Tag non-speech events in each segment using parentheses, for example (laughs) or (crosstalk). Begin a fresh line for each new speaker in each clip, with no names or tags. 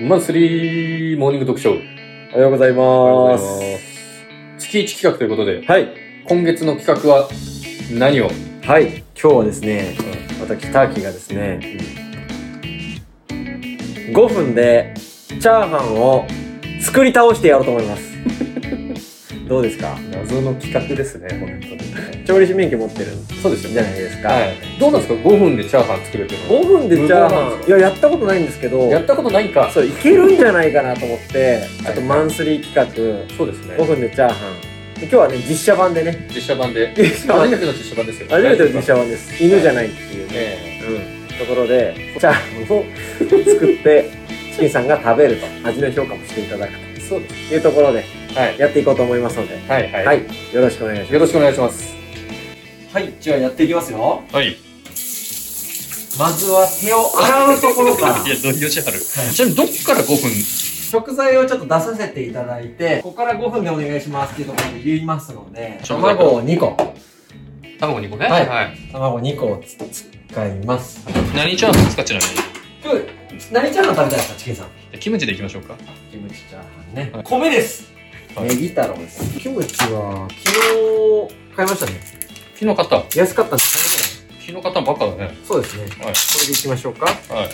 マンスリーモーニング読書。
おはようござい
は
ま
ようご
す。
ざいま月1企画ということで、
はい。
今月の企画は何を
はい。今日はですね、私、ターキーがですね、5分でチャーハンを作り倒してやろうと思います。
(laughs)
どうですか
謎の企画ですね、本
調理師免許持ってるん
当に。そうですよ
じゃ
ね。
ないですか。
はい。どうなんですか ?5 分でチャーハン作れてるの
5分でチャー
無謀なん
ハ
で
ン、
す
いや、やったことないんですけど、
やったことないか。
そう、いけるんじゃないかなと思って、ちょっと
はい
マンスリー企
そうですね
画、5分でチャーハン。で今日はね、実写版でね、
実写版で。
実
初めての実写版ですよ。
初めての実写版です。犬じゃないっていうね。
え
うん、ところでチャーハンを作ってチキンさんが食べると味の評価もしていただく
えそうです。
というところで
はい。
やっていこうと思いますので、
はいはい。
はい、よろしくお願いし
よ
ま
ろしくお願いします。
すはいじゃあやっていきますよ
はい。
まずは手を洗うところから
どういうしはる。ちなみにどっから5分
食材をちょっと出させていただいてここから5分でお願いしますっていうところで言いますので
食材
卵を2個
卵2個ね。
はい
はい。
卵2個をつ使います
何チャーハンですかちなみに
今日何チャーハン食べたいですかチキンさん。
キムチでいきましょうか。
キムチチャーハンね、米です
はい
ネギ太郎ですキムチは昨日買いましたね
火の方。
安かったんで買
火の方ばっかだね。
えそうですね、
はい
これでいきましょうか
はい。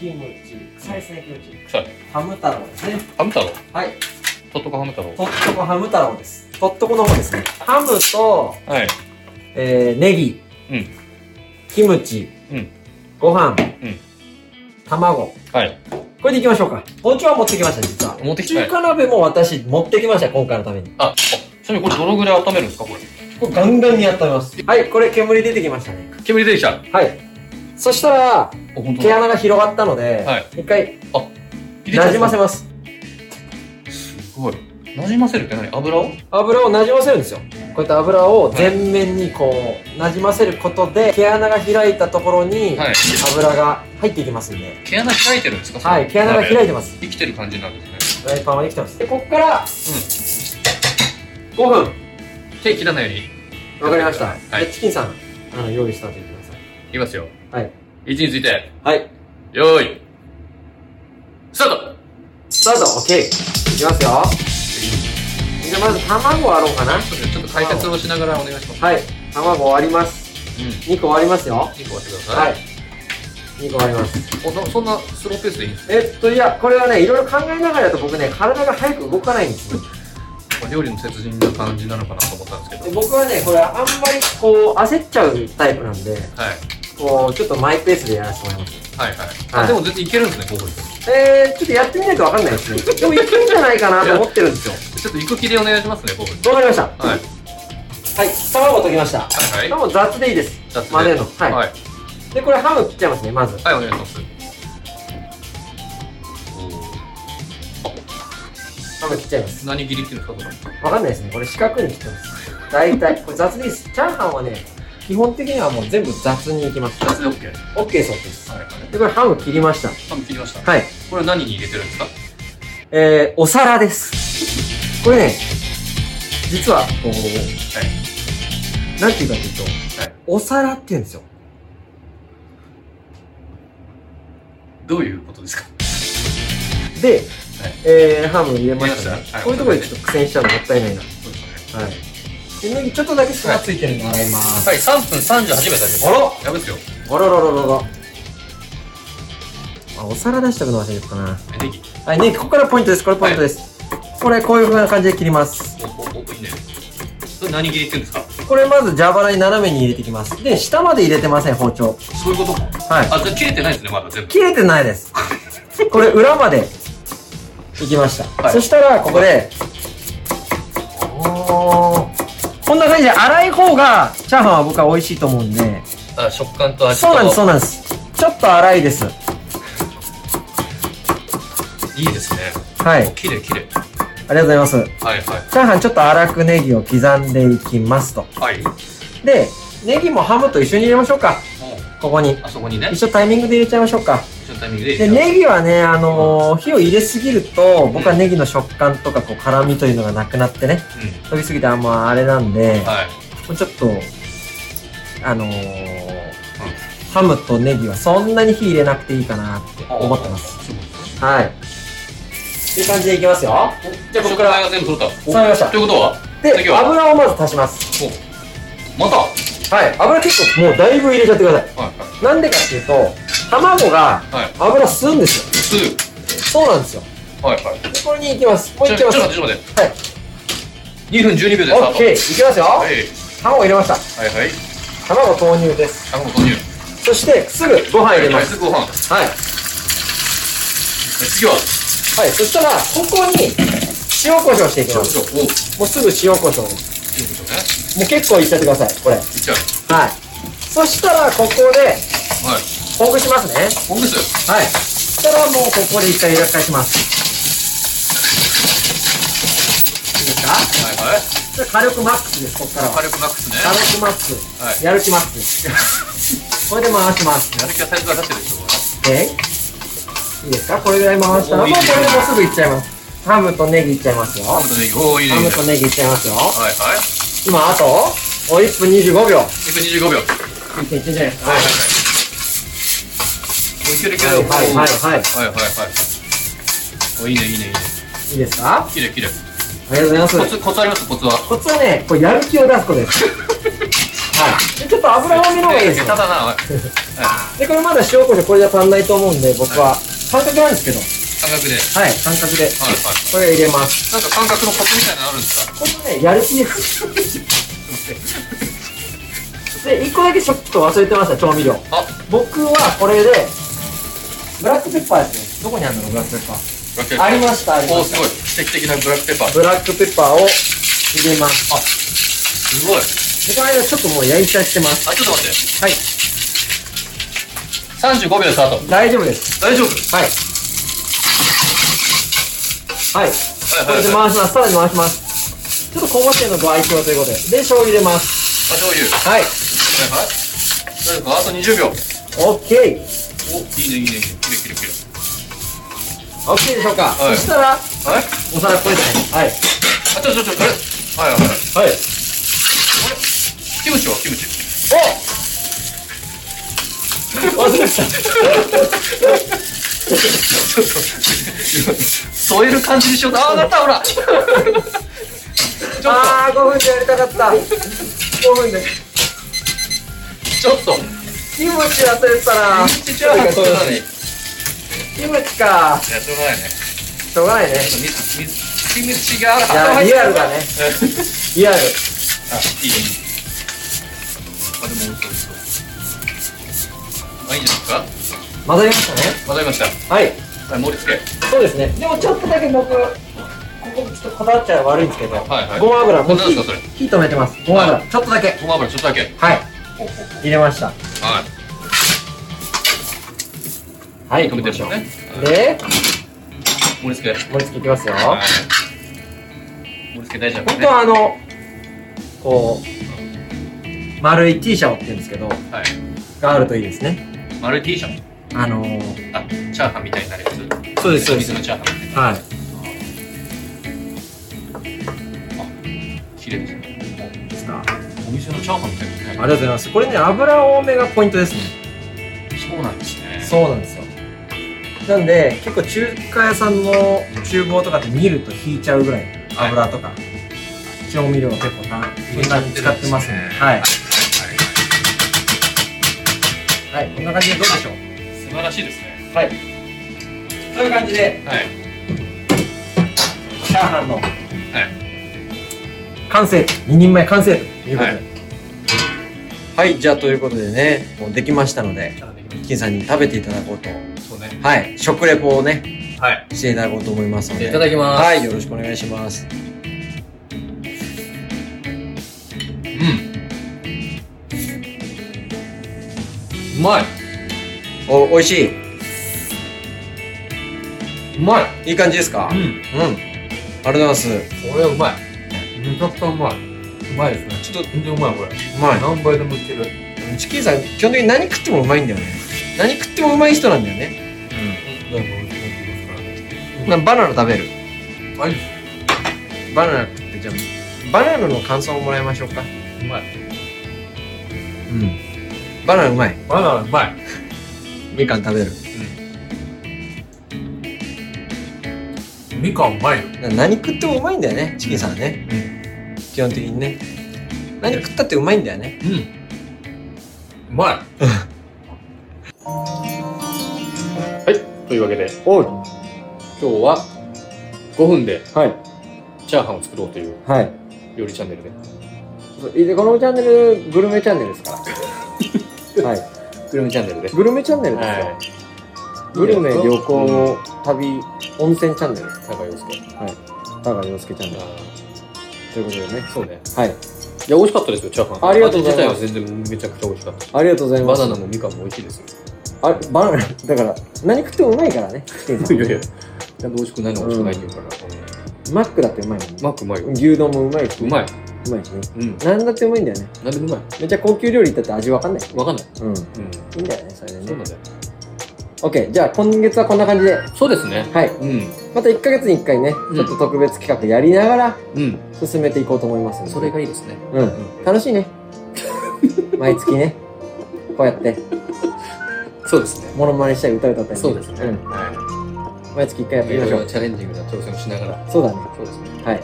キムチ臭いですねキムチ
臭い
ハム太郎ですね
ハム太郎。
はい
トットコハム太郎。
とっとこハム太郎ですとっとこの方ですねハムと、
はい。
えー、ネギ、
うん
キムチ、
うん
ご飯、
ん
卵
はい。
これでいきましょうか包丁は持ってきました実は
持ってきた
中華鍋も私持ってきました今回のために
あ、あちなみにこれどのぐらい温めるんですかこれ。
これガンガンに温めます。はい、これ煙出てきましたね。
煙出てきた。あ、
はい。そしたら、
本当
毛
だ。
穴が広がったので、
はい
一回、
入れちゃ
な
う
じませます。
すごい。なじませるって何油を
油をなじませるんですよ。こうやって油を全面にこう、なじませることで、毛穴が開いたところに、
はい。
油が入っていきますんで。
毛穴開いてるんですかそれ
はい、毛穴が
鍋
開いてます。
生きてる感じなんですね。
フライパンは生きてます。で、こっから、5分。
手切らないように。
わかりました。
はい
でチキンさん、あの、用意したといてください。
いきますよ。
はい。
位置について、
はい。
よーい。スタート
スタート、OK。いきますよ。じゃあまず卵割ろうかな。
ちょっと解説をしながらお願いします。
はい、卵割ります。
うん。
2個割りますよ。
2個割ってくださ。
はいい。2個割ります。
おそそんなスローペースでいいんです
えっと、いや、これはね、いろいろ考えながらやと僕ね、体が早く動かないんですよ。
か料理の鉄人な感じなのかなと思ったんですけど。
で僕はね、これあんまりこう、焦っちゃうタイプなんで、
はい。
こう、ちょっとマイペースでやらせてもらいます。
はいはい。
は
あ、
い
でも全然いけるんですね、5分で。
えー、ちょっとやってみないとわかんないですね。でもいけんじゃないかなと思ってるんですよ。
ちょっと行く気でお願いしますね、5分で。
わかりました。は
はい。
い、卵溶きました。
はいはい。
卵雑でいいです。
じゃあ次
混ぜるのはい
はい。
で、これハム切っちゃいますね、まず。
はい、お願いします。
ハム切っちゃいます。
何切りっていうんですか、こ
わかんないですね。これ四角に切ってます。大体。これ雑でいいです。チャーハンはね、基本的にはもう全部雑にいきます。
れ。2つで OK。は
OK そうです。
いはい。
で、これハム切りました。
ハム切りました。
はい。
これ何に入れてるんですか
えー、お皿です。これね、実は、こう、なんていうかというと、
はい
お皿って言うんですよ。
どういうことですか
で、えー、ハム入れました
入れ
ね
ましたはい
こういうところでちょっと苦戦しちゃうのもったいないな。は
そうですね。
い。で、ネギちょっとだけ粉ついてるの洗います。
はい、3分38秒経ちました。
あら
やべっすよ。
あらららららら。あ、お皿出したくの忘れてたな。
えネギ。
はい、ね、ここからポイントです。これポイントです。これ、こういう風な感じで切ります。
お、お、お、いいね。それ何切りっていうんですか
これまず蛇腹に斜めに入れていきます。で、下まで入れてません、包丁。
そういうことか。
はい。
あ、じゃあ切れてないですね、まだ全部。
切れてないです。これ、裏まで、いきました。
はい
そしたら、ここで、おーこんな感じで、粗い方が、チャーハンは僕は美味しいと思うんで、
あ、食感と味と。
そうなんです、そうなんです。ちょっと粗いです。
いいですね。
はい。あり
綺麗綺麗。
がとうございます。チ
はいは
ャーハンちょっと粗くネギを刻んでいきますと。
い。はい。
で、ネギもハムと一緒に入れましょうか。ここに。
あそこにね、
一緒タイミングで入れちゃいましょうか。
一緒のタイミングで入
で、
れちゃう
ネギはね、あのー火を入れすぎると、僕はネギの食感とか、こう、辛味というのがなくなってね、飛びすぎてあんまあれなんで
うん。、はい。
もうちょっと、あのー、ハムとネギはそんなに火入れなくていいかなって思ってます。
そうなんですね
はい。っていう感じでいきますよ。じゃあここから
食材が全部取れた。
揃いました
ということは次
で、
は
油をまず足します。
おまたは
はい。油結構もうだいぶ入れちゃってくださ。
いはい
なんでかっていうと、卵が
いはい。
油吸うんですよ。
すぐ。
そうなんですよ。
はいはい。
でこれに行きます。もう
ちょ
行き
ちょ
ま
っ
す。
と
オ
待って、ちょっと待って。2分12秒でスター
ッ
ト。
ケー。いきますよ。
はい
卵入れました。
はいはい。
卵投入です。
卵投入。
そして、すぐご飯入れま
はい、
す。
すぐご飯。はい
はい。
次は、
はい。そしたら、ここに塩コショウしていき
少
ます。
々。おう。
もうすぐ塩コショウ。
いいでしょうね。
もう結構いっちゃってください、これ。
いっちゃう。
はい。そしたら、ここで、
はい。
ほぐしますね。
ほんです。
はい。そしたら、もうここで一回裏返します。いいですか
はいはい。
じゃあ火力マックスです、ここからは。
火力マックスね。
火力マックス。
はい。
やる気マックス。
(laughs)
これで回します。
やる気はサイズが出してるでしょう。
えいいですかこれぐらい回したら、
おー
もうこ
いいね
れでもうすぐいっちゃいます。ハムとネギいっちゃいますよ。
ハ
ハ
ムとネギ。おーいいね。いいね
ムとネギいっちゃいますよ。
はいはい。
今、あと、お、1分25秒。
1分25秒。はい
いけいけんじゃないですか。
はいはい。おいけるいける。
はいはいは
は
い
いはいはい。おいいねいいねいいね。
いいですか
きれいきれい。
ありがとうございます
コ。ツコツありますコツは。
コツはね、こうやる気を出すことです。はい。でちょっと油多めの方がいいですよ
た。だな、はい。
で、これまだ塩コショウこれじゃ足んないと思うんで、僕は、感覚なんですけど、
感覚で。はい
はい、感覚で、
はい。
これを入れます。
なんか感覚のコツみたいなのあるんですか
このね、やる気です。で、一個だけちょっと忘れてました、調味料。
あ、
僕はこれで、ブラックペッパーですね。どこにあるのブラックペッパー。
ブラックペッパー
ありました、あり
お
ま
ー
し
すごい。奇跡的なブラックペッパー
た。。ブラックペッパーを入れます。
すごい。
で、この間ちょっともう焼いちゃってます。
あ、ちょっと待って。
はい、
35秒スタート。
大丈夫です。
大丈夫
はい。はい。こ
はい
れ
はい
で
はい。
回します。さらに回します。ちょっと香ばしいのご愛嬌ということで。で、醤油入れます。
あ、醤油。
は
はい
い。
はい。大丈夫かあと20秒。
オッケー。
お、いいねいいねいいね。きれいきれいきれい。
オッケーでしょうか。
はい
そしたら、
はい
お皿これですね。はい。
あ、ちょちょちょ、あれはいはいはい。
はい。
キムチはキムチ。
お忘れて。
ちょっと、 (laughs) 添える感じにしようと。あー、なった、ほら。ちょったと、
ああ、5分でやりたかった。5分で。
ちょっと。
キムチ忘れてたな。
キムチチャーハン作ったのに。い
キムチか。
や、しょうがないね。
しょうがないね。
ちょっと水、水、キムチが
いや、リアルだね。
あ、
リアル。
いいね、いいね。あ、でも、美味しそう美味しそう。あ、いいんじゃないです
混ざりましたね。
かわかりました。
は
は
い。
い、盛り付け。
そうですね。でもちょっとだけ僕、ここちょっとこだわっちゃ悪いんですけど、
はいはい
ごま油、もう
何ですかそれ
火火止めてます。ごま油、
は
ちょっとだけ。
ごま油ちょっとだけ。
はい。入れました。
はい。
はい、
止めてるもんね。はい
で、
盛り付け。
盛り付けいきますよ。
はい。盛り付け大事だ
本
か
当
らね。
はあの、こう、丸い T シャツって言うんですけど、
はい。
があるといいですね。
丸い T シャツ。
あのー、
あ、チャーハンみたいになるやつ。
そうです、そうで
水
す。
のチャーハンみたいな。
はい。
綺麗ですね。
ですかあ
お店のチャーハンみたいです
り
ね。
がとうございます。これね、油多めがポイントですね。
そうなんですね。
そうなんですよ。なんで、結構中華屋さんの厨房とかって見ると引いちゃうぐらい
はい
油とか、調味料を結構な、
入れ
ふん
ちゃ
だ
っ
んに
て
使
るんで
って
すね
ますね。はい。
はい
はい、こんな感じでどうでしょう
素晴らしいですね。
はい。そういう感じで、
はい。
チャーハンの、完成、2人前完成ということで。
は
はいい、じゃあということでね、もうできましたので、金さんに食べていただこうと、
そうね。
はい、食レポをね、
はい。
していただこうと思いますので。
いただきます。
はい、よろしくお願いします。
うん。うまい。
お、美味しい。
うまい。
いい感じですかうん。
ん。
ありがとうございます。
これはうまい。めちゃくちゃうまい。うまいですね。
ちょっと、
全然うまいこれ。
うま
何倍でもいける。うん。
い。チキンさん、基本的に何食ってもうまいんだよね。何食ってもうまい人なんだよね。なバナナ食べる。
うまいです。
バナナ食って、じゃあ、バナナの感想をもらいましょうか。
うまい。
うん。バナナうまい。
バナナうまい。
みかん食べる。
みかんうまいよ。
な何食ってもうまいんだよね、チキンさんはね。基本的にね。何食ったってうまいんだよね。
うん。う
(laughs)
まい。
というわけで
おい。
今日は5分で
はい。
チャーハンを作ろうという
はい。
料理チャンネルで
で、このチャンネル、グルメチャンネルですから。はい。
グルメチャンネルで
グルメチャンネルですよ。
は
グルメ、
いい
旅
ね
行、旅、温泉チャンネル。
い高陽介
だから、洋介チャンネル。
あ
ということでね
ー。そうね
はい。
いや美味しかったですよチャーハン
ありがとうございま
味
す
自体は全然めちゃくちゃ美味しかった
ありがとうございま
バ
す。
ナナもみかんも美味しいですよ
あれ、バナナ、だから、何食ってもうまい
(laughs)
からね。チキンさん
いやいやちゃんと美味しくないのは美味しくないって言うから、
マックだってうまいもんね。
マックうまいよ
牛丼もうまいし、
うまい
い。うまいしね。
うん
何だってうまいんだよね。
何でもうま
めっちゃ高級料理だって味わかんない。
いわかんない
うん。い
うん
いんだよね、それ
そ
で
うな
ね
ん。だよ
オッケー。じゃあ、今月はこんな感じで。
そうですね
はい。
うん
また1ヶ月に1回ね、
うん
ちょっと特別企画やりながら
うん
進めていこうと思いますんで
それがいいですね
うん。楽しい
(laughs)
ね。毎月ね。こうやって、
そうですね
モノマネしたり歌歌ったり、
そうですね、
ん
は
毎月1回やっ
い
てい
い
きま
ろい
しょ
ろ
う。
チャレンジングな挑戦をしながら
そうだね。
そうですね
はい。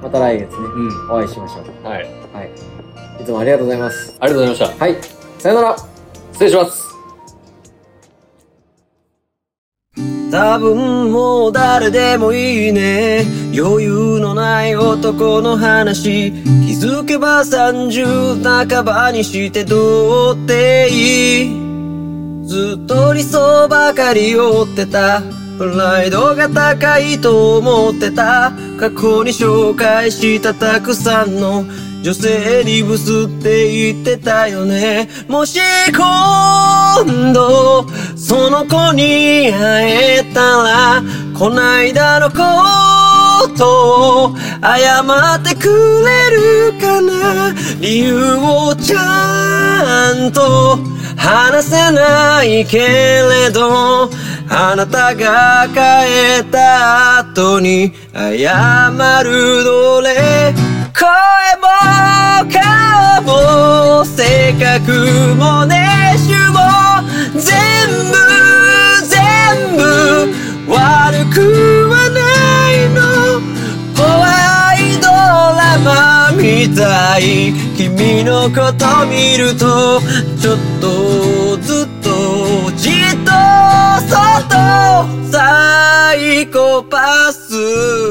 また来月ね、
うん
お会いしましょう。
はいあり
はい。いつもありがとうございます。
がとうございました
はい。さよなら
失礼します
多分もう誰でもいいね余裕のない男の話気づけば30半ばにしてどうっていいずっと理想ばかり追ってたプライドが高いと思ってた過去に紹介したたくさんの女性にブスって言ってたよねもし今度その子に会えたらこないだのことを謝ってくれるかな理由をちゃんと話せないけれどあなたが帰った後に謝るどれ声も顔も性格も年収も全部全部悪くはないの怖いドラマみたい君のこと見るとちょっとずっとじっとそっとサイコパス